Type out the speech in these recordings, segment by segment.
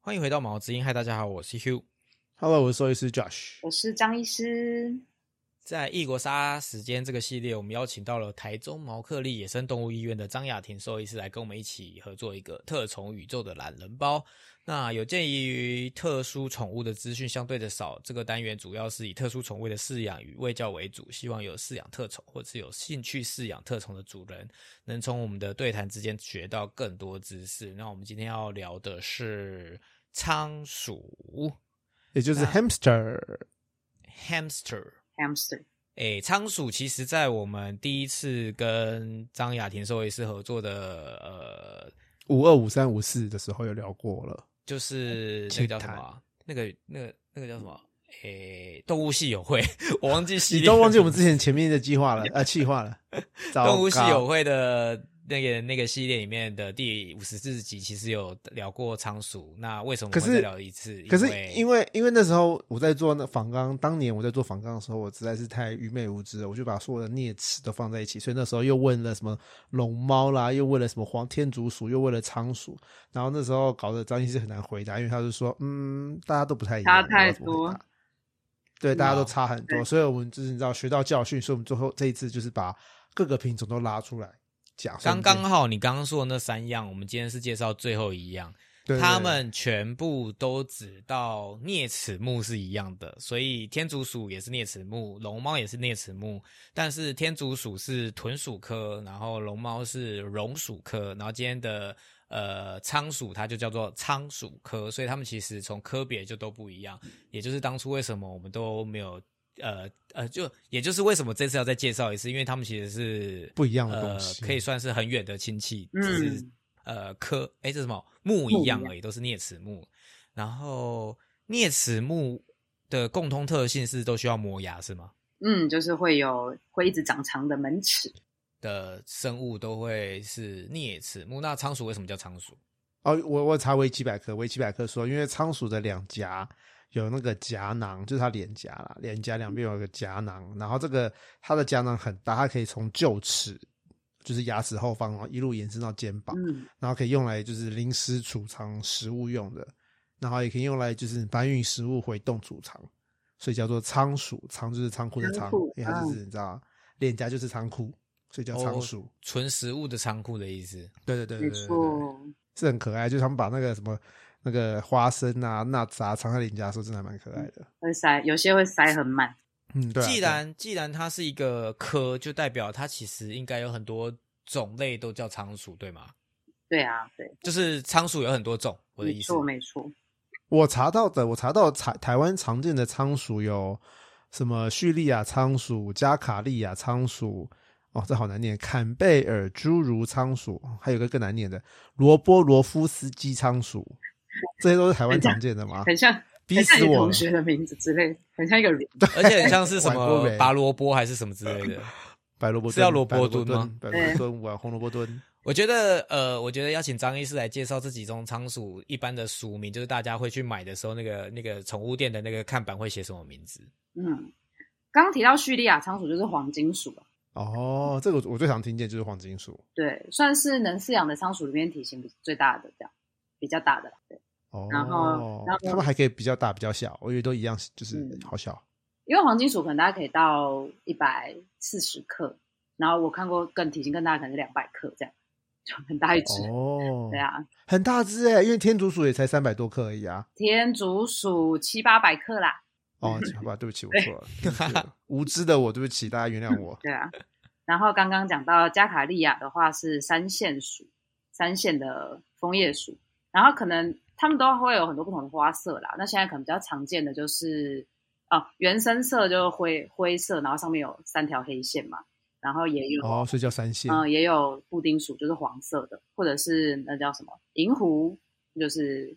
欢迎回到毛之音，嗨，大家好，我是 Hugh。 Hello，我是兽医师 Josh。我是张医师。在异国杀时间这个系列，我们邀请到了台中毛克利野生动物医院的张雅婷兽医师来跟我们一起合作一个特宠宇宙的懒人包。那有鉴于特殊宠物的资讯相对的少，这个单元主要是以特殊宠物的饲养与喂教为主，希望有饲养特宠或是有兴趣饲养特宠的主人，能从我们的对谈之间学到更多知识。那我们今天要聊的是仓鼠也就是啊 hamster， （hamster）。 Hamster，诶，仓鼠其实，在我们第一次跟张雅婷兽医师合作的，呃，五二五三五四的时候有聊过了，就是那个叫什么啊？那个、那个、那个叫什么？诶，动物系友会，我忘记系你列，都忘记我们之前前面的计划了，呃，计划 了。动物系糟糕友会的那个那个系列里面的第五十四集，其实有聊过仓鼠。那为什么我可们是再聊一次？可是因因为为因为那时候我在做那仿纲，当年我在做仿纲的时候，我实在是太愚昧无知了，我就把所有的啮齿都放在一起，所以那时候又问了什么龙猫啦，又问了什么黄天竺鼠，又问了仓鼠，然后那时候搞得张医师很难回答，因为他就说，嗯，大家都不太一差样，我不知道太怎么回答多对，大家都好差很多，所以我们就是你知道学到教训，所以我们最后这一次就是把各个品种都拉出来讲，刚刚好你刚刚说的那三样，我们今天是介绍最后一样。对对它们全部都只到啮齿目是一样的，所以天竺鼠也是啮齿目，龙猫也是啮齿目，但是天竺鼠是豚鼠科，然后龙猫是绒鼠科，然后今天的呃仓鼠它就叫做仓鼠科，所以它们其实从科别就都不一样，也就是当初为什么我们都没有。呃呃，就也就是为什么这次要再介绍一次，因为他们其实是不一样的东西呃，可以算是很远的亲戚，嗯只是呃科哎这是什么木一样木一样而已，都是啮齿目。然后啮齿目的共通特性是都需要磨牙是吗？嗯，就是会有会一直长长的门齿，的生物都会是啮齿目。那仓鼠为什么叫仓鼠？哦，我我查维基百科，维基百科说，因为仓鼠的两颊有那个颊囊，就是它脸颊啦，脸颊两边有一个颊囊，然后这个它的颊囊很大，它可以从臼齿，就是牙齿后方，然后一路延伸到肩膀，嗯，然后可以用来就是临时储藏食物用的，然后也可以用来就是搬运食物回洞储藏，所以叫做仓鼠，仓就是仓库的嗯仓仓库，因为它就是、你知道，脸颊就是仓库，所以叫仓哦鼠。纯食物的仓库的意思。对对对对没对对对。错，是很可爱，就是他们把那个什么那个花生啊、nuts 啊藏在脸颊的时候，真的还蛮可爱的。会塞，有些会塞很满，嗯，对啊、既对啊然既然它是一个科，就代表它其实应该有很多种类都叫仓鼠，对吗？对啊，对，就是仓鼠有很多种，我的没意思错，。没错，我查到的，我查到台台湾常见的仓鼠有什么叙利亚仓鼠、加卡利亚仓鼠，哦，这好难念，坎贝尔侏儒仓鼠，哦还有一个更难念的罗波罗夫斯基仓鼠，这些都是台湾常见的吗？很像，啊逼很像死你我同了！学的名字之类，很像一个人，而且很像是 什碗锅么没拔萝卜还是什么之类 的。白萝卜是要蹲萝卜白蹲吗白萝卜蹲，碗红萝卜蹲。我觉得，呃，我觉得邀请张医师来介绍这几种仓鼠一般的俗名，就是大家会去买的时候，那个那个宠物店的那个看板会写什么名字？嗯。刚刚提到叙利亚仓鼠就是黄金鼠了，哦，这个我我最常听见就是黄金鼠。对，算是能饲养的仓鼠里面体型比最大的，这样比较大的啦，对，哦，然后然后他们还可以比较大、比较小，我以为都一样，就是嗯好小。因为黄金鼠可能大家可以到一百四十克，然后我看过更体型更大的可能是两百克这样，就很大一只，哦，对，啊，很大只哎，因为天竺鼠也才三百多克而已啊。天竺鼠七八百克啦，哦，好吧，对不起，我错了，对不起我无知的我，对不起，大家原谅我。对啊。然后刚刚讲到加卡利亚的话是三线鼠，三线的枫叶鼠，然后可能它们都会有很多不同的花色啦。那现在可能比较常见的就是哦，原生色就是灰灰色，然后上面有三条黑线嘛，然后也有哦，所以叫三线。嗯、也有布丁鼠，就是黄色的，或者是那叫什么银狐，就是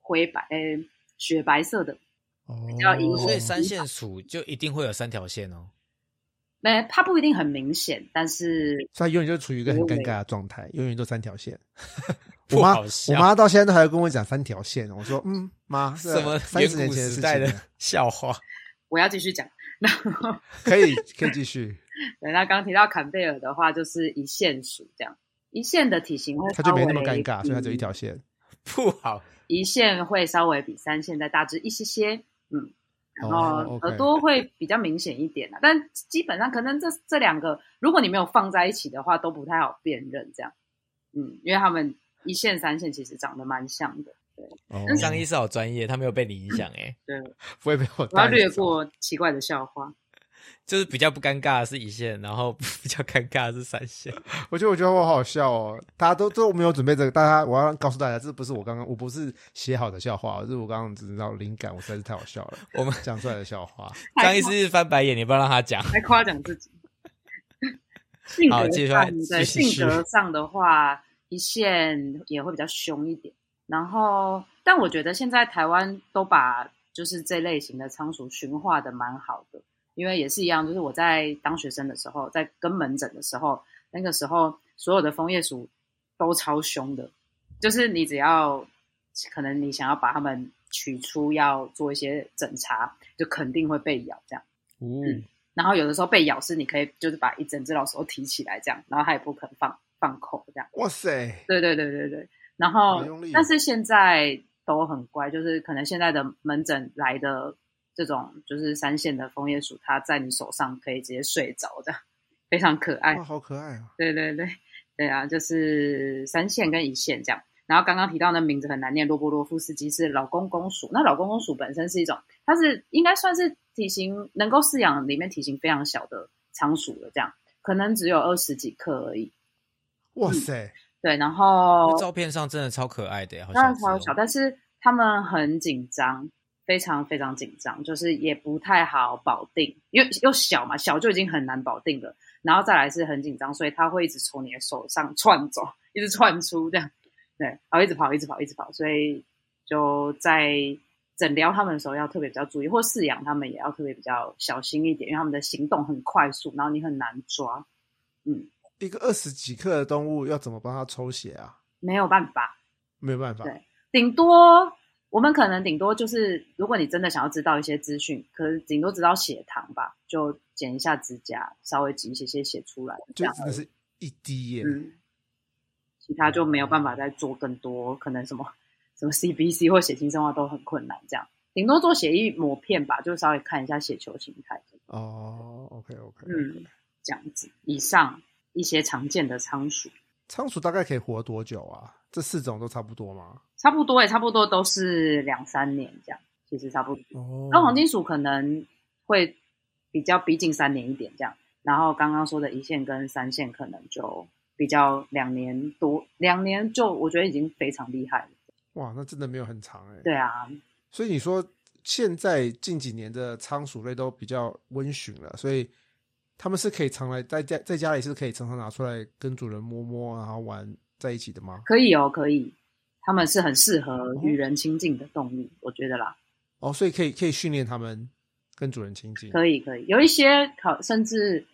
灰白诶、雪白色的。哦，较银所以哦三线鼠就一定会有三条线哦。那它不一定很明显，但是所以它永远就处于一个很尴尬的状态，永远都三条线。我不妈，好笑我妈到现在都还要跟我讲三条线，我说嗯，妈，什么三远十年古前时事代情的 了，笑话？我要继续讲。然后可以可以继续，对，那刚提到坎贝尔的话，就是一线鼠这样，一线的体型会她就没那么稍微嗯尴尬，所以她只有一条比线。不好一线会稍微比三线再大只一些些，嗯，然哦后，OK 耳朵会比较明显一点啦，但基本上可能这这两个，如果你没有放在一起的话，都不太好辨认这样，嗯，因为他们一线三线其实长得蛮像的，哦张医师好专业，他没有被你影响哎、对，不会被我我要带略走。过奇怪的笑话，就是比较不尴尬的是一线，然后 比较尴尬的是三线。我觉得我觉得我好好笑哦，大家都都没有准备这个，大家我要告诉大家，这不是我刚刚我不是写好的笑话，这是我刚刚只知道灵感，我实在是太好笑 了，我们讲出来的笑话。张医师翻白眼，你不要让他 讲。还夸奖自己。性好格继续上，继对续性格上的话，一线也会比较凶一点。然后，但我觉得现在台湾都把就是这类型的仓鼠驯化的蛮好的，因为也是一样，就是我在当学生的时候，在跟门诊的时候，那个时候所有的枫叶鼠都超凶的，就是你只要可能你想要把它们取出，要做一些诊查，就肯定会被咬这样。呜、然后有的时候被咬是你可以就是把一整只老鼠都提起来这样，然后它也不肯放放口这样。哇塞，对对对对对。然好后用力哦但是现在都很乖，就是可能现在的门诊来的这种就是三线的枫叶鼠，它在你手上可以直接睡着的，非常可爱哇，。好可爱啊！对对对对啊，就是三线跟一线这样。然后刚刚提到那名字很难念，罗伯罗夫斯基是老公公鼠。那老公公鼠本身是一种，它是应该算是体型能够饲养里面体型非常小的仓鼠了，这样可能只有二十几克而已。哇塞，对，然后哦照片上真的超可爱的耶，好当小然只哦超小，但是他们很紧张，非常非常紧张，就是也不太好保定，因为又小嘛，小就已经很难保定了，然后再来是很紧张，所以他会一直从你的手上窜走，一直窜出这样，对，然后一直跑，一直跑，一直跑，所以就在诊疗他们的时候要特别比较注意，或饲养他们也要特别比较小心一点，因为他们的行动很快速，然后你很难抓，一个二十几克的动物要怎么帮它抽血啊？没有办法，没有办法，对顶多我们可能顶多就是，如果你真的想要知道一些资讯，可是顶多知道血糖吧，就剪一下指甲，稍微挤一些些血出来，这就样真的是一滴耶。嗯，其他就没有办法再做更多，可能什么 什么 CBC 或血清生化都很困难，这样顶多做血液抹片吧，就稍微看一下血球形态，哦，OK OK，嗯，这样子。以上一些常见的仓鼠，仓鼠大概可以活多久啊？这四种都差不多吗？差不多也欸差不多都是两三年这样，其实差不多。哦，那黄金鼠可能会比较逼近三年一点这样，然后刚刚说的一线跟三线可能就比较两年多，两年就我觉得已经非常厉害了。哇，那真的没有很长哎。对啊，所以你说现在近几年的仓鼠类都比较温驯了，所以他们是可以常来在家在家里是可以常常拿出来跟主人摸摸，然后玩在一起的吗？可以哦，可以，它们是很适合与人亲近的动物，我觉得啦，哦，所以可以可以训练它们跟主人亲近。可以可以，有一些考甚至，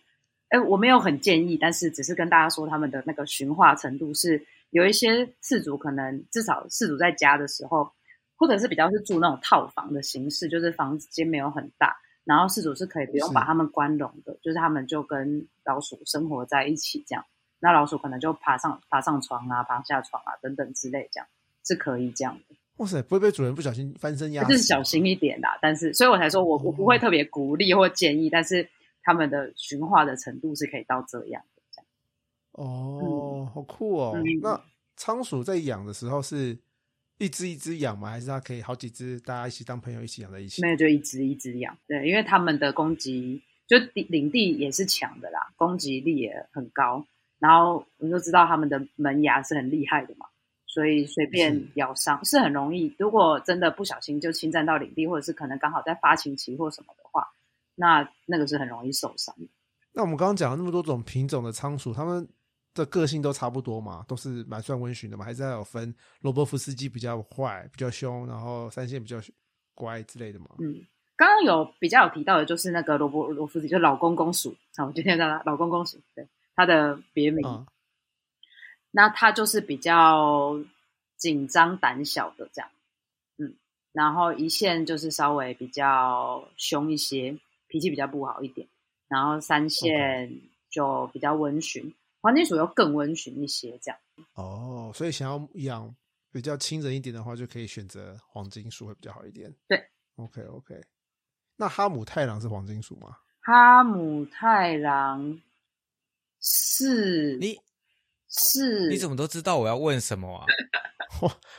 哎，我没有很建议，但是只是跟大家说他们的那个驯化程度是有一些饲主可能至少饲主在家的时候，或者是比较是住那种套房的形式，就是房间没有很大，然后饲主是可以不用是把它们关笼的，就是他们就跟老鼠生活在一起这样，那老鼠可能就爬上爬上床啊，爬下床啊等等之类这样。是可以这样的，哇塞，不会被主人不小心翻身压就死？哦是小心一点啦。但是，所以我才说我我不会特别鼓励或建议，但是他们的驯化的程度是可以到这样的。这样哦，好酷哦！嗯那仓鼠在养的时候是一只一只养吗？还是它可以好几只，大家一起当朋友一起养在一起？没有就一只一只养，对，因为他们的攻击就地领地也是强的啦，攻击力也很高。然后我就知道他们的门牙是很厉害的嘛，所以随是便咬伤是很容易。如果真的不小心就侵占到领地，或者是可能刚好在发情期或什么的话，那那个是很容易受伤的。那我们刚刚讲了那么多种品种的仓鼠，它们的个性都差不多嘛，都是蛮算温驯的嘛，还是还有分罗伯夫斯基比较坏、比较凶，然后三线比较乖之类的嘛？嗯，刚刚有比较有提到的，就是那个罗伯罗夫斯基，就老公公鼠啊，我今天叫他老公公鼠，对，他的别名。啊、那他就是比较紧张胆小的这样，嗯，然后一线就是稍微比较凶一些，脾气比较不好一点，然后三线就比较温驯，黄金鼠又更温驯一些这样。哦，所以想要养比较亲人一点的话，就可以选择黄金鼠会比较好一点。对，OK OK。那哈姆太郎是黄金鼠吗？哈姆太郎是你是你怎么都知道我要问什么啊？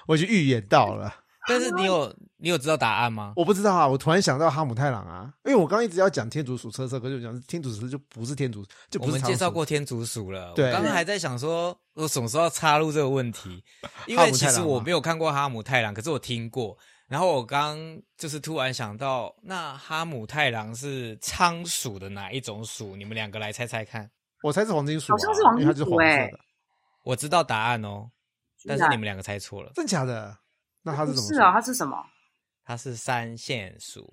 我已经预演到了。 但是你 有你有知道答案吗？我不知道啊，我突然想到哈姆太郎啊，因为我刚刚一直要讲天竺鼠车车，可是我讲天竺鼠就不是天竺，就我不是们仓鼠介绍过天竺鼠了，我对刚刚还在想说，我什么时候要插入这个问题？因哈为姆其太郎实吗我没有看过哈姆太郎，可是我听过。然后我刚就是突然想到，那哈姆太郎是仓鼠的哪一种鼠？你们两个来猜猜看。我猜是黄金鼠、啊，好像是黄金鼠因为它就是黄色欸的，我知道答案哦，居但然是你们两个猜错了，真假的？那它是不怎么？是哦，它是什么？它是三线鼠。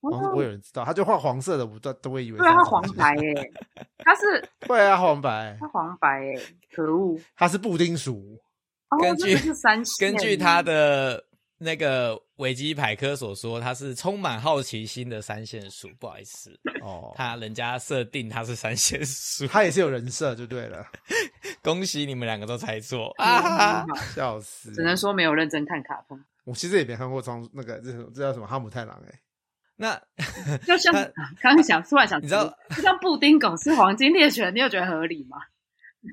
黄色，我有人知道，他就画黄色的，我都都会以为对啊，它它是黄金鼠白，耶，它是 对啊，黄白它，黄白耶，可恶！它是布丁 鼠，哦，根据这个是三线根据他的那个维基百科所说，它是充满好奇心的三线鼠。不好意思，哦，他人家设定它是三线 鼠。它也是有人设就对了，恭喜你们两个都猜错啊！哈嗯哈嗯好笑死！只能说没有认真看卡通，我其实也没看过仓那个这这叫什么哈姆太郎哎、那就像它刚刚想，突然想，你知道，就像布丁狗是黄金猎犬，你有觉得合理吗？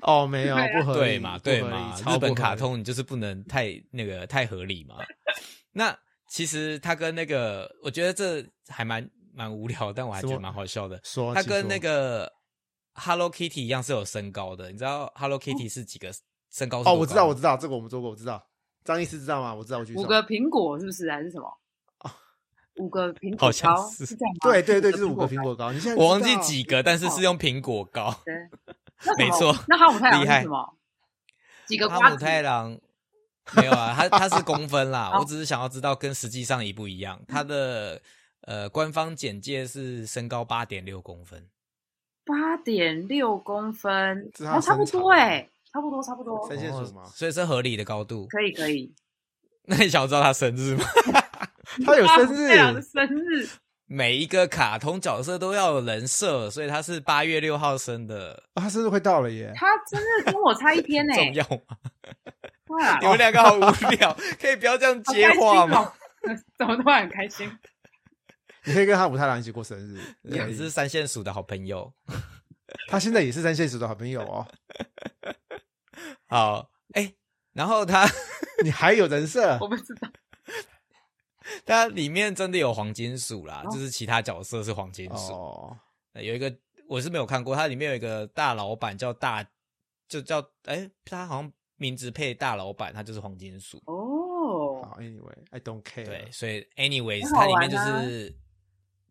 哦，没有对啊不合理，对嘛不合理对嘛，超日不合本理卡通你就是不能太那个太合理嘛。 那其实它跟那个，我觉得这还蛮蛮无聊，但我还觉什得么蛮好笑的。说，它请跟说那个 Hello Kitty 一样是有身高的，你知道 Hello Kitty 是几个身高是哦，多我知高道，吗我知道，这个我们做过，我知道。张医师知道吗？我知道，我举手。五个苹果是不是还是什么？五个苹果哦好像糕是是这样吗？对对对，就是五五个个苹果糕。你现在我忘知记道哦几个，但是是用苹果糕。对，那什么 没错那哈姆太郎厉害是什么？几个哈瓜姆子？太郎没有啊，他他是公分 啦，哦我只是想要知道跟实际上一不一样。他的呃官方简介是身高八点六公分，八点六公分，这是他哦，差不身多长哎，差不多差不多三，线鼠吗哦所以是合理的高度。 可以可以。那你想知道他生日吗？他 有哈生姆太郎的日，啊生日，每一个卡通角色都要有人设，所以他是八月六号生的，啊他生日快到了耶！他真的跟我差一 天呢、重要吗？哇，你们两个好无聊，可以不要这样接话吗？好开心哦？ 怎么突然很开心？你可以跟哈姆太郎一起过生日。 你们是三线鼠的好朋友。他现在也是三线鼠的好朋友哦。 好，哎、然后他 你还有人设我不知道，它里面真的有黄金鼠啦，哦就是其他角色是黄金鼠。哦？呃有一个我是没有看过，它里面有一个大老板叫大，就叫哎、他好像名字配大老板，他就是黄金鼠。哦，好，Anyway，I don't care。对，所以 anyways，很它好里面玩啊就是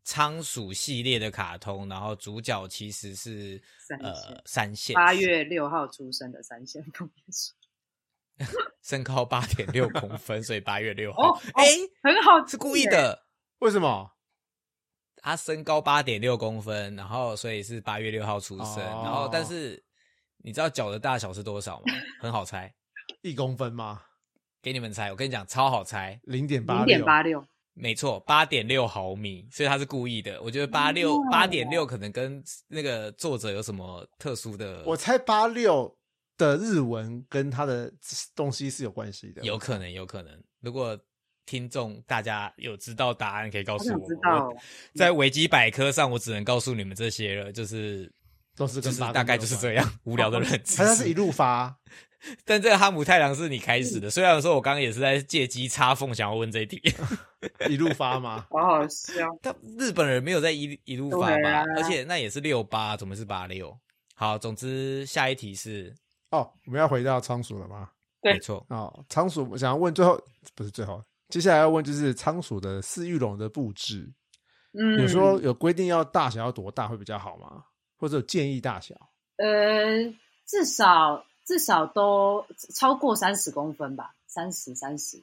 仓鼠系列的卡通，然后主角其实是三线呃三线，八月六号出生的三线凤梨酥身高八点六 公分，所以八月六哦号哦，哎、很好，是故意。的。为什么？他身高八点六公分，然后所以是八月六号出生，哦然后但是你知道脚的大小是多少吗？很好猜，一公分吗？给你们猜，我跟你讲超好猜，零点八零点八六，没错，八点六毫米，所以他是故意的。我觉得八六哦八点六可能跟那个作者有什么特殊的，我猜八六的日文跟他的东西是有关系的。有可能，有可能。如果听众大家有知道答案，可以告好诉想我知。道我哦，在维基百科上，我只能告诉你们这些了，就是都是就跟是八公分大概就是这样无聊的认知识。有关。他是一路发，但这个哈姆太郎是你开始的，虽然说我刚刚也是在借机插缝想要问这一题，一路发吗？好好笑。但日本人没有在一一路发对吧，啊而且那也是六八，怎么是八六？好，总之下一题是哦，我们要回到仓鼠了吗？对没错，哦，仓鼠，我想要问最后不是最后，接下来要问就是仓鼠的饲育笼的布置，嗯，有说有规定要大小要多大会比较好吗？或者有建议大小？呃，至少至少都超过三十公分吧，三十三十。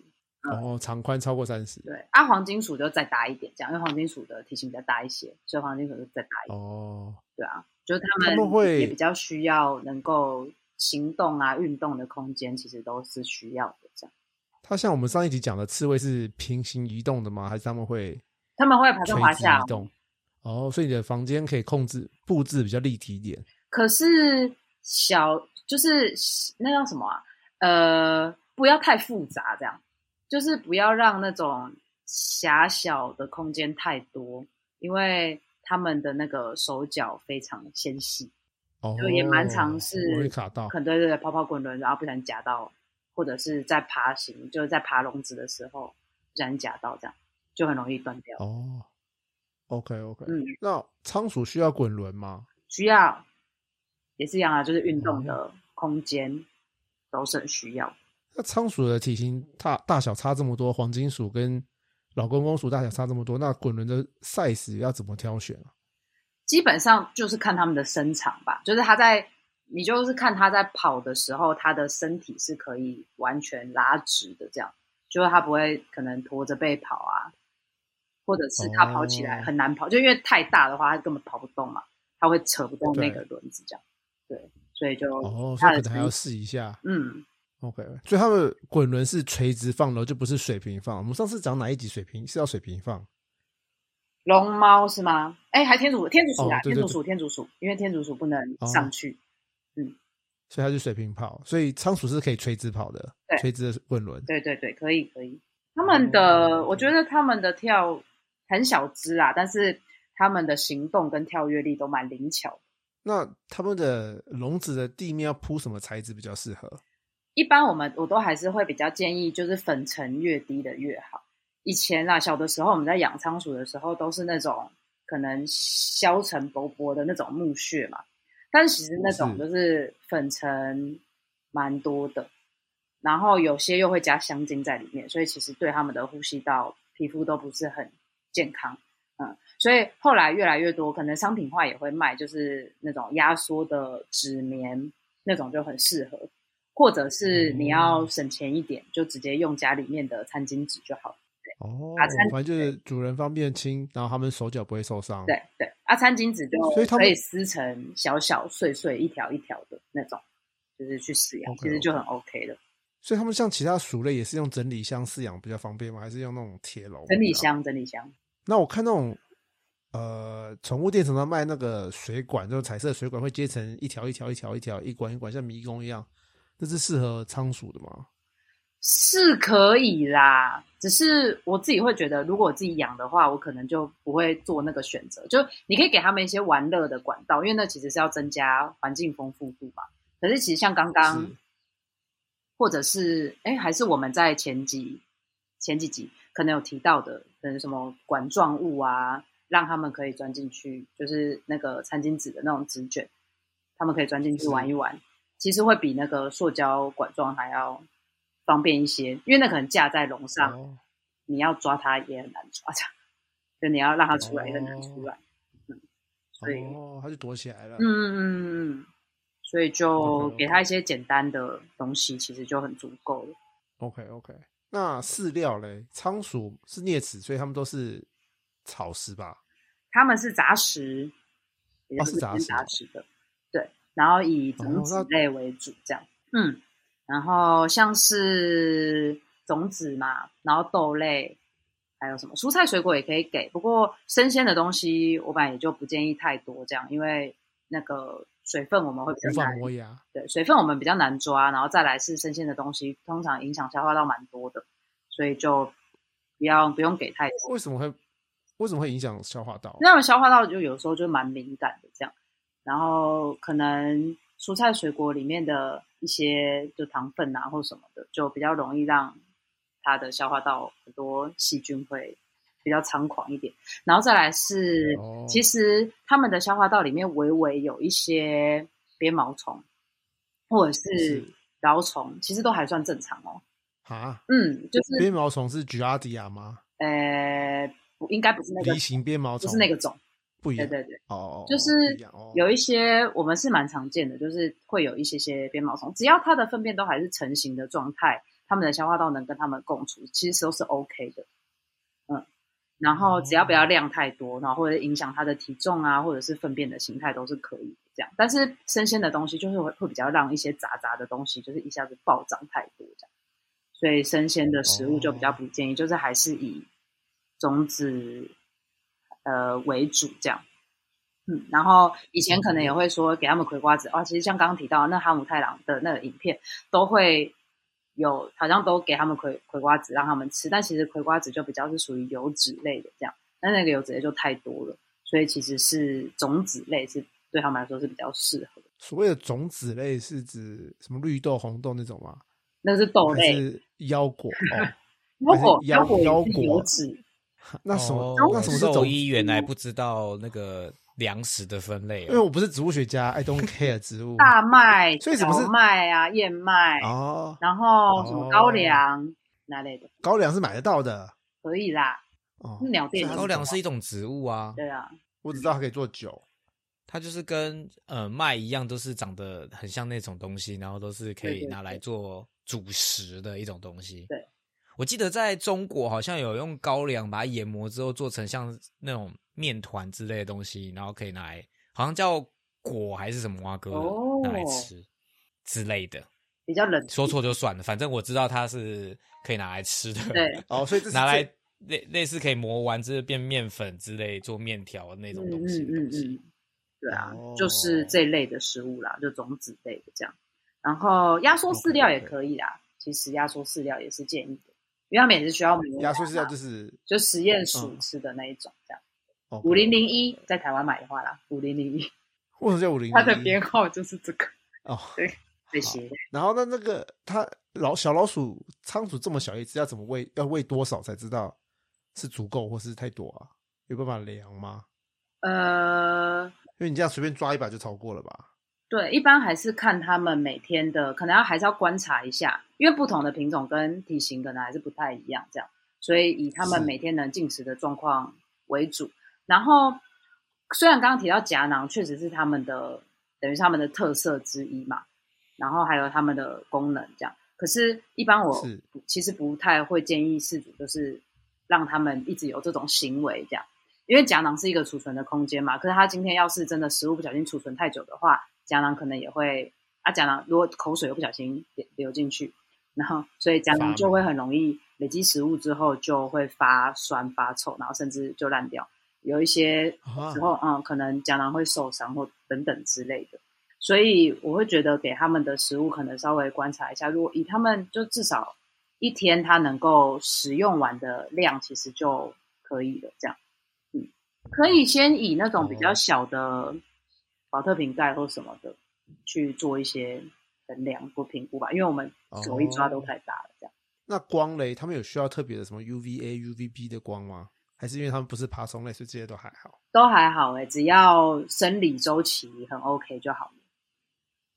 然后哦长宽超过三十？嗯对，啊，黄金鼠就再大一点，这样，因为黄金鼠的体型比较大一些，所以黄金鼠就再大一点。哦，对啊，就是他他们会也比较需要能够行动啊、运动的空间，其实都是需要的。这样，它像我们上一集讲的刺猬是平行移动的吗？还是它们会他们会爬垂上爬直下哦移，动？哦，所以你的房间可以控制布置比较立体一点。可是小就是那叫什么啊？呃，不要太复杂，这样就是不要让那种狭小的空间太多，因为他们的那个手脚非常纤细，哦，就也蛮常是我会卡到可能对对对跑跑滚轮，然后不小心夹到，或者是在爬行，就是在爬笼子的时候不小心夹到，这样就很容易断掉。哦。OK OK，、嗯，那仓鼠需要滚轮吗？需要也是一样啊，就是运动的空间都是很需要。那仓鼠的体型大大小差这么多，黄金鼠跟老公公鼠大小差这么多，那滚轮的 size 要怎么挑选啊？基本上就是看他们的身长吧，就是他在你就是看他在跑的时候，他的身体是可以完全拉直的，这样就是他不会可能驼着背跑啊，或者是他跑起来哦很难跑，就因为太大的话，他根本跑不动嘛，他会扯不动对那个轮子这样。对，所以就哦，所他以可的能还要身试一下。嗯， OK，所以它们滚轮是垂直放的，就不是水平放。我们上次讲哪一集水平是要水平放？龙猫是吗？哎，还天竺鼠天竺鼠啊，哦对天对竺鼠天竺鼠，因为天竺鼠不能哦上去，所以它是水平跑，所以仓鼠是可以垂直跑的，对垂直的滚轮。对对对，可以可以。他们的，哦我觉得他们的跳很小只啦，但是他们的行动跟跳跃力都蛮灵巧的。那它们的笼子的地面要铺什么材质比较适合？一般我们我都还是会比较建议，就是粉尘越低的越好。以前啊，小的时候我们在养仓鼠的时候，都是那种可能削成薄薄的那种木屑嘛，但其实那种是就是粉尘蛮多的，然后有些又会加香精在里面，所以其实对它们的呼吸道、皮肤都不是很健康。嗯，所以后来越来越多，可能商品化也会卖，就是那种压缩的纸棉那种就很适合，或者是你要哦省钱一点，就直接用家里面的餐巾纸就好了。哦把餐，反正就是主人方便轻，然后它们手脚不会受伤。对对，啊，餐巾纸就所以他们可以撕成小小碎碎一条一条的那种，就是去饲养 OK，其实就很 OK 的。所以它们像其他鼠类也是用整理箱饲养比较方便吗？还是用那种铁笼？整理。箱，整理箱，那我看那种呃，宠物店常常卖那个水管，就是彩色的水管会接成一条一条一条一条一管一管，像迷宫一样，那是适合仓鼠的吗？是可以啦，只是我自己会觉得，如果我自己养的话，我可能就不会做那个选择。就你可以给他们一些玩乐的管道，因为那其实是要增加环境丰富度嘛。可是其实像刚刚是，或者是哎，还是我们在前几前几集可能有提到的，可能什么管状物啊，让他们可以钻进去，就是那个餐巾纸的那种纸卷，他们可以钻进去是玩一玩。其实会比那个塑胶管状还要方便一些，因为那可能架在笼上，哦，你要抓它也很难抓，这样就你要让它出来也很难出来。嗯所以哦，它就躲起来了。嗯嗯嗯嗯，所以就 OK，OK 给它一些简单的东西，其实就很足够了。 OK OK，那饲料嘞？仓鼠是啮齿，所以它们都是草食吧？它们是杂食，也就是是杂偏食杂食的，对。然后以种子类为主，这样，嗯。然后像是种子嘛，然后豆类，还有什么蔬菜水果也可以给，不过生鲜的东西我本来也就不建议太多这样，因为那个水分我们会比较无法难磨牙。对，水分我们比较难抓，然后再来是生鲜的东西，通常影响消化道蛮多的，所以就不要不用给太多。为什么会为什么会影响消化道？那种消化道就有时候就蛮敏感的这样，然后可能蔬菜水果里面的一些就糖分啊或什么的，就比较容易让它的消化道很多细菌会比较猖狂一点。然后再来是，哦其实他们的消化道里面微微有一些鞭毛虫或者是是蛲虫，其实都还算正常哦。啊，嗯，就是鞭毛虫是 g i a r d i a 吗？呃，不应该不是那个梨，形鞭毛虫不是那个种，不一对样。对对。哦哦，哦就是不一样哦有一些我们是蛮常见的，就是会有一些些鞭毛虫，只要它的粪便都还是成型的状态，它们的消化道能跟它们共处，其实都是 OK 的。嗯，然后只要哦不要量太多，然后或者影响它的体重啊，或者是粪便的形态都是可以这样。但是生鲜的东西就是会会比较让一些杂杂的东西就是一下子暴涨太多这样，所以生鲜的食物就哦比较不建议，就是还是以种子呃为主这样。嗯，然后以前可能也会说给他们葵瓜子哦，其实像刚刚提到那哈姆太郎的那个影片，都会有好像都给他们葵葵瓜子让他们吃，但其实葵瓜子就比较是属于油脂类的这样，但那个油脂类就太多了，所以其实是种子类是对他们来说是比较适合的。所谓的种子类是指什么绿豆、红豆那种吗？那是豆还类，是腰果？哦， 腰果还是腰腰果腰也果是油脂，那什么？哦那什么是兽种？医原来不知道那个粮食的分类因为哦，我不是植物学家，I don't care 植物。 大麦、所以什么是小麦啊、燕麦，哦，然后什哦么高粱那类的，高粱是买得到的可以啦。哦。是鸟店所以它高粱是一种植物啊，对啊，我只知道它可以做酒。它就是跟呃麦一样，都是长得很像那种东西，然后都是可对以对拿来做主食的一种东西。对，我记得在中国好像有用高粱把它研磨之后做成像那种面团之类的东西，然后可以拿来，好像叫果还是什么蛙哥的、哦拿来吃之类的。比较冷。说错就算了，反正我知道它是可以拿来吃的。对，哦，所以这是拿来最类类似可以磨完之后变面粉之类做面条那种嗯东西的嗯东嗯西。嗯，对啊，哦就是这类的食物啦，就种子类的这样。然后压缩饲料也可以啦，其实压缩饲料也是建议的，因为他们也是需要磨压缩粮是要嘛就是就实验鼠嗯吃的那一种这样。哦五零，零一在台湾买的话啦，五零零一为什么叫五零？它的编号就是这个哦。这些。然后那那个它老小老鼠、仓鼠这么小一只，要怎么喂？要喂多少才知道是足够或是太多啊？有办法量吗？呃，因为你这样随便抓一把就超过了吧？对，一般还是看他们每天的，可能要还是要观察一下，因为不同的品种跟体型可能还是不太一样，这样，所以以他们是每天能进食的状况为主。然后，虽然刚刚提到夹囊确实是他们的，等于是他们的特色之一嘛，然后还有他们的功能这样，可是，一般我是其实不太会建议饲主就是让他们一直有这种行为这样。因为夹囊是一个储存的空间嘛，可是它今天要是真的食物不小心储存太久的话，夹囊可能也会啊，夹囊如果口水又不小心流流进去，然后所以夹发囊霉就会很容易累积食物之后就会发酸发臭，然后甚至就烂掉。有一些啊时候，嗯，可能夹囊会受伤或等等之类的。所以我会觉得给他们的食物可能稍微观察一下，如果以他们就至少一天它能够使用完的量，其实就可以了。这样，嗯，可以先以那种比较小的保特瓶盖或什么的去做一些衡量或评估吧，因为我们手一抓都太大了，这样。那光雷他们有需要特别的什么 UVA、UVB 的光吗？还是因为他们不是爬虫类，所以这些都还好？都还好哎、只要生理周期很 OK 就好了。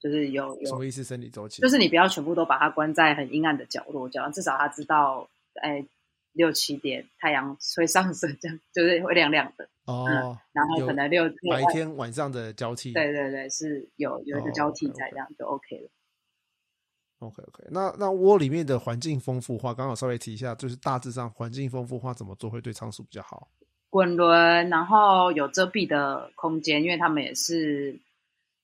就是有什有么意思？生理周期就是你不要全部都把它关在很阴暗的角落，这样至少它知道，哎，六七点太阳会上升，这样就是会亮亮的。哦，然后有可能六六白晚天晚上的交嗯替。对对对，是有有一个哦交替在， ，OK，OK 这样就 OK 了。 ，OK OK。那那窝里面的环境丰富化，刚好稍微提一下，就是大致上环境丰富化怎么做会对仓鼠比较好？滚轮，然后有遮蔽的空间，因为他们也是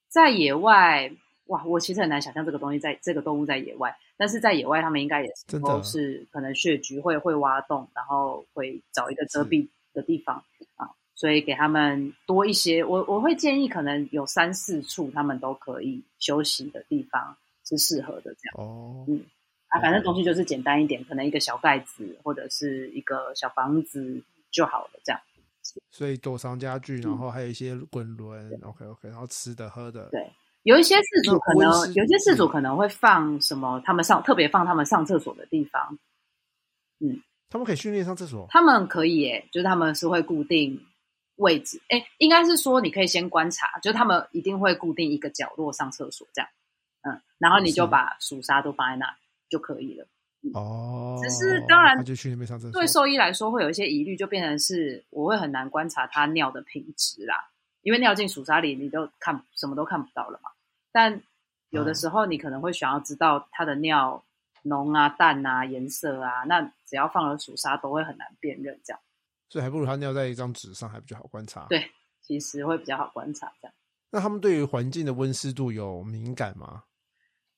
在野外。哇，我其实很难想象这个东西在这个动物在野外，但是在野外他们应该也是真的都是可能穴居会会挖洞，然后会找一个遮蔽的地方啊，所以给他们多一些。我我会建议可能有三四处他们都可以休息的地方是适合的这样。哦，啊，反正东西就是简单一点，可能一个小盖子或者是一个小房子就好了，这样。所以躲藏家具，然嗯后还有一些滚轮，OK OK，然后吃的喝的，对有一些事主可能那温室，嗯有些事主可能会放什么，他们上特别放他们上厕所的地方，他们可以训练上厕所他们可以耶，就是他们是会固定位置，哎，应该是说你可以先观察，就是他们一定会固定一个角落上厕所这样，嗯，然后你就是把鼠砂都放在那就可以了。哦。只是当然他就去那边上厕所，对兽医来说会有一些疑虑，就变成是我会很难观察它尿的品质啦，因为尿进鼠砂里你都看什么都看不到了嘛。但有的时候你可能会想要知道它的尿浓啊、淡啊、颜色啊，那只要放了鼠砂都会很难辨认，这样所以还不如他尿在一张纸上还比较好观察。对其实会比较好观察。这样那他们对于环境的温湿度有敏感吗？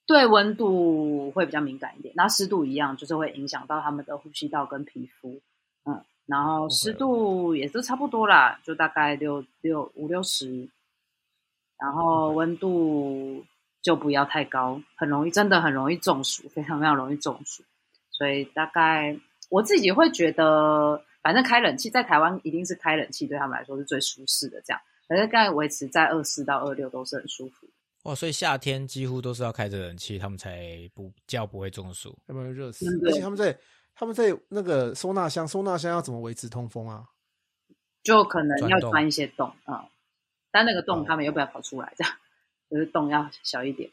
对温度会比较敏感一点，那湿度一样就是会影响到它们的呼吸道跟皮肤，嗯，然后 OK，OK 湿度也都差不多啦，就大概六六五六十，然后温度就不要太高，很容易真的很容易中暑，非常非常容易中暑。所以大概我自己会觉得，反正开冷气在台湾一定是开冷气对他们来说是最舒适的，这样反正大概维持在二四到二六都是很舒服的。哇，所以夏天几乎都是要开着冷气，他们才不比较不会中暑。要不然热死真。的而且他们在他们在那个收纳箱，收纳箱要怎么维持通风啊？就可能钻要洞钻一些洞啊、嗯但那个哦洞他们又不要跑出来，这样就是洞要小一点。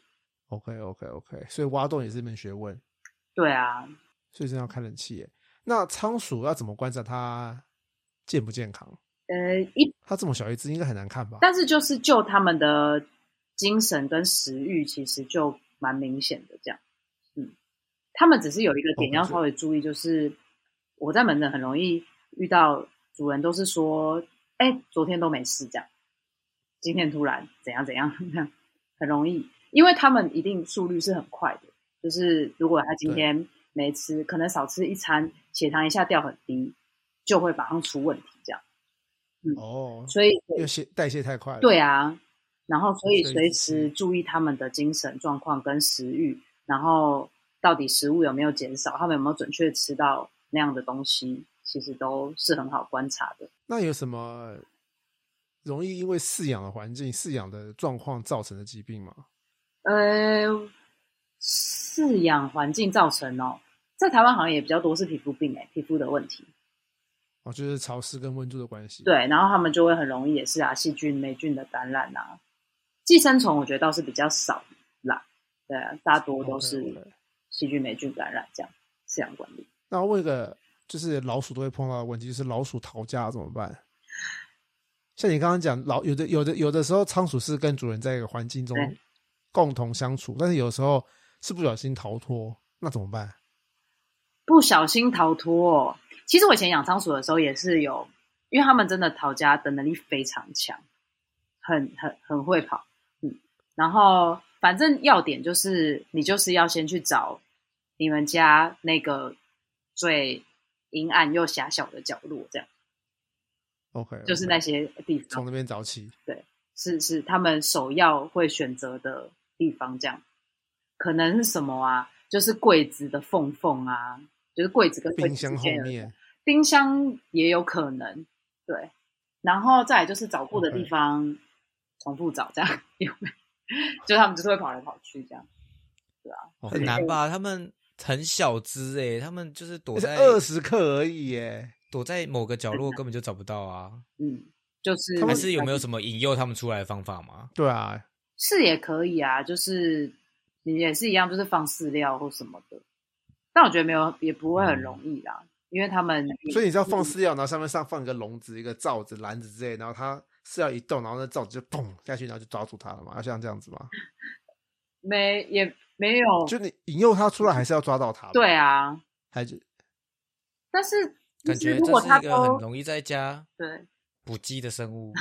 OK OK OK，所以挖洞也是一门学问，对啊，所以真的要开冷气耶。那仓鼠要怎么观察它健不健康？呃，一它这么小一只，应该很难看吧？但是就是就他们的精神跟食欲，其实就蛮明显的这样。嗯，他们只是有一个点哦要可是稍微注意，就是我在门诊很容易遇到主人都是说，哎、昨天都没事这样，今天突然怎样怎样， 很容易，因为他们一定速率是很快的，就是如果他今天没吃，可能少吃一餐，血糖一下掉很低，就会马上出问题这样。哦，所以因为血代谢太快了。对啊，然后所以所随以是时注意他们的精神状况跟食欲，然后到底食物有没有减少，他们有没有准确吃到那样的东西，其实都是很好观察的。那有什么容易因为饲养的环境、饲养的状况造成的疾病吗？呃，饲养环境造成哦，在台湾好像也比较多是皮肤病诶、皮肤的问题。哦，就是潮湿跟温度的关系。，对，然后他们就会很容易也是啊，细菌、霉菌的感染啊，寄生虫我觉得倒是比较少啦，对啊，大多都是 OK，OK 细菌、霉菌感染这样饲养管理。那我问一个，就是老鼠都会碰到的问题，就是老鼠逃家怎么办？像你刚刚讲，老有的有的有的时候仓鼠是跟主人在一个环境中对共同相处，但是有时候是不小心逃脱，那怎么办？不小心逃脱、哦。其实我以前养仓鼠的时候也是有，因为他们真的逃家的能力非常强，很很很会跑，嗯。然后反正要点就是，你就是要先去找你们家那个最阴暗又狭小的角落，这样 OK，就是那些地从方那边找起。是是他们首要会选择的地方，这样可能是什么啊？就是柜子的缝缝啊，就是柜子跟柜冰子箱之后间有一个面，冰箱也有可能，对。然后再来就是找过的地方重复找，这样因为就他们就是会跑来跑去这样。很难吧？他们很小只诶、他们就是躲是在二十克而已耶。躲在某个角落，根本就找不到啊。嗯，就是 他还们是有没有什么引诱他们出来的方法吗？对啊，是也可以啊，就是你也是一样，就是放饲料或什么的。但我觉得没有也不会很容易啦，因为他们嗯所以你知道嗯放饲料，然后上面上放一个笼子、一个罩子、篮子之类，然后它饲料一动，然后那罩子就砰下去，然后就抓住它了嘛？要像这样子吗？没也没有就你引诱它出来，还是要抓到它？，哦对啊，还是但是感就是觉如这果是他一个很都容易在家对，捕鸡的生物。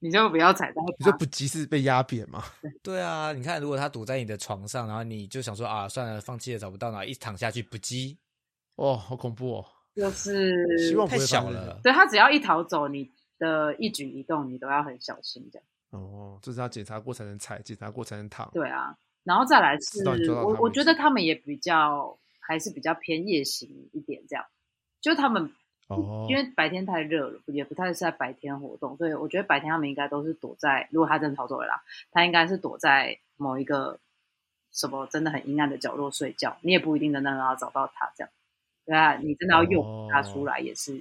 你就不要踩到你它说。不急是被压扁嘛？对啊，你看，如果它躲在你的床上，然后你就想说啊，算了，放弃了，找不到，然后一躺下去不鸡，哦，好恐怖哦！就是希望不太会发小生了。对他只要一逃走，你的一举一动你都要很小心这样。哦，这是要检查过才能踩，检查过才能躺。对啊，然后再来是知道你抓到我他我为觉止得他们也比较还是比较偏夜行一点这样，就他们哦，因为白天太热了，也不太是在白天活动，所以我觉得白天他们应该都是躲在，如果他真的逃走了啦，他应该是躲在某一个什么真的很阴暗的角落睡觉，你也不一定真的能要找到他这样。对啊，你真的要诱哦他出来，也是、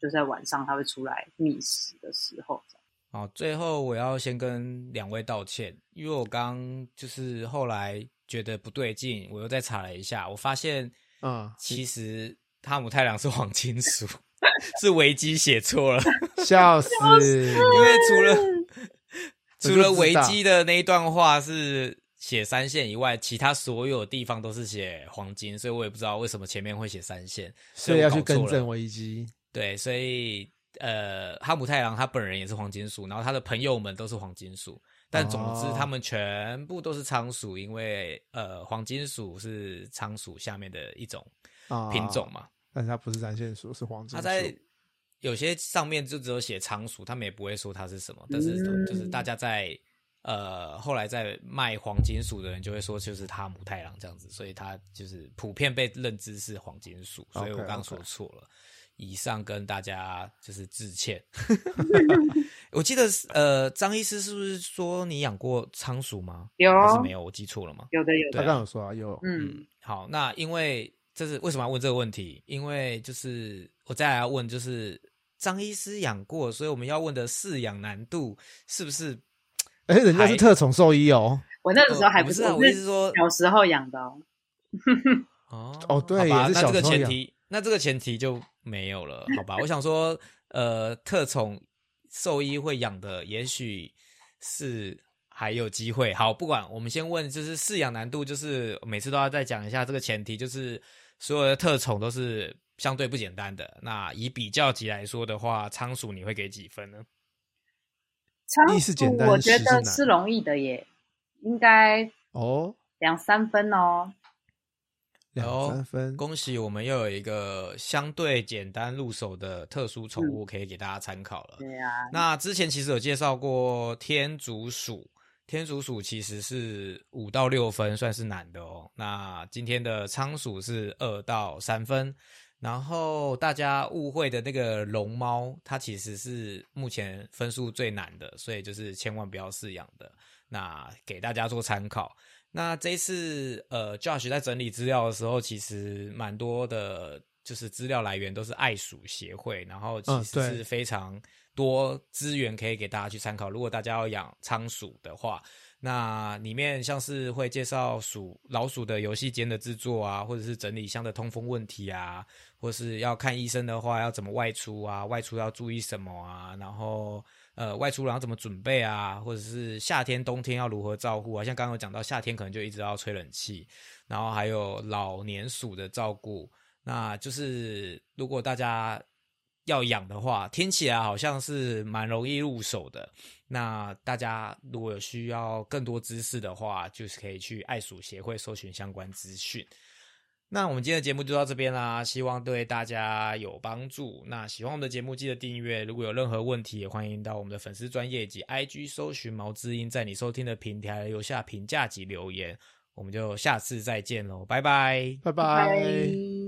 就在晚上他会出来觅食的时候这样。好，最后我要先跟两位道歉，因为我刚就是后来觉得不对劲，我又再查了一下，我发现嗯其实哈姆太郎是黄金鼠， 是维基写错了， 笑 死！因为除了 我就除了知维道基的那一段话是写三线以外，其他所有地方都是写黄金，所以我也不知道为什么前面会写三线，所以以我要搞去更错了正危机。对，所以呃，哈姆太郎他本人也是黄金鼠，然后他的朋友们都是黄金鼠，但总之哦他们全部都是仓鼠，因为呃，黄金鼠是仓鼠下面的一种啊品种嘛。但是它不是三线鼠，是黄金它鼠。在有些上面就只有写仓鼠，他们也不会说它是什么，但是都就是大家在呃，后来在卖黄金鼠的人就会说就是他母太郎这样子，所以它就是普遍被认知是黄金鼠，所以我 OK，OK 刚刚说错了。以上跟大家就是致歉。我记得是呃，张医师是不是说你养过仓鼠吗？有啊还是没有？我记错了吗？有的有他对的，刚有说啊，有嗯，嗯，好，那因为这是为什么要问这个问题？因为就是我再来要问，就是张医师养过，所以我们要问的饲养难度是不是？哎，人家是还特种兽医哦。我那个时候还呃不我是是，啊，我我意思是说，小时候养的哦，哦哦对好吧，也是那小这个时候前养提，那这个前提就没有了，好吧？我想说，呃，特宠兽医会养的，也许是还有机会。好，不管我们先问，就是饲养难度，就是每次都要再讲一下这个前提，就是所有的特宠都是相对不简单的。那以比较级来说的话，仓鼠你会给几分呢？仓一是简鼠单我觉十是得难是容易的耶，应该哦，两三分哦。两三分，恭喜我们又有一个相对简单入手的特殊宠嗯物可以给大家参考了。对啊，那之前其实有介绍过天竺鼠，天竺鼠其实是五到六分，算是难的哦。那今天的仓鼠是二到三分，然后大家误会的那个龙猫，它其实是目前分数最难的，所以就是千万不要饲养的。那给大家做参考。那这一次呃，Josh 在整理资料的时候，其实蛮多的，就是资料来源都是爱鼠协会，然后其嗯实对是非常多资源可以给大家去参考。如果大家要养仓鼠的话，那里面像是会介绍鼠老鼠的游戏间的制作啊，或者是整理箱的通风问题啊，或是要看医生的话要怎么外出啊，外出要注意什么啊，然后呃外出然后怎么准备啊，或者是夏天冬天要如何照顾啊，像刚刚有讲到夏天可能就一直要吹冷气，然后还有老年鼠的照顾，那就是如果大家要养的话，听起来好像是蛮容易入手的。那大家如果有需要更多知识的话，就是可以去爱鼠协会搜寻相关资讯。那我们今天的节目就到这边啦，希望对大家有帮助。那喜欢我们的节目，记得订阅。如果有任何问题，也欢迎到我们的粉丝专业以及 IG 搜寻毛知音，在你收听的平台留下评价及留言。我们就下次再见喽，拜拜。拜拜拜。拜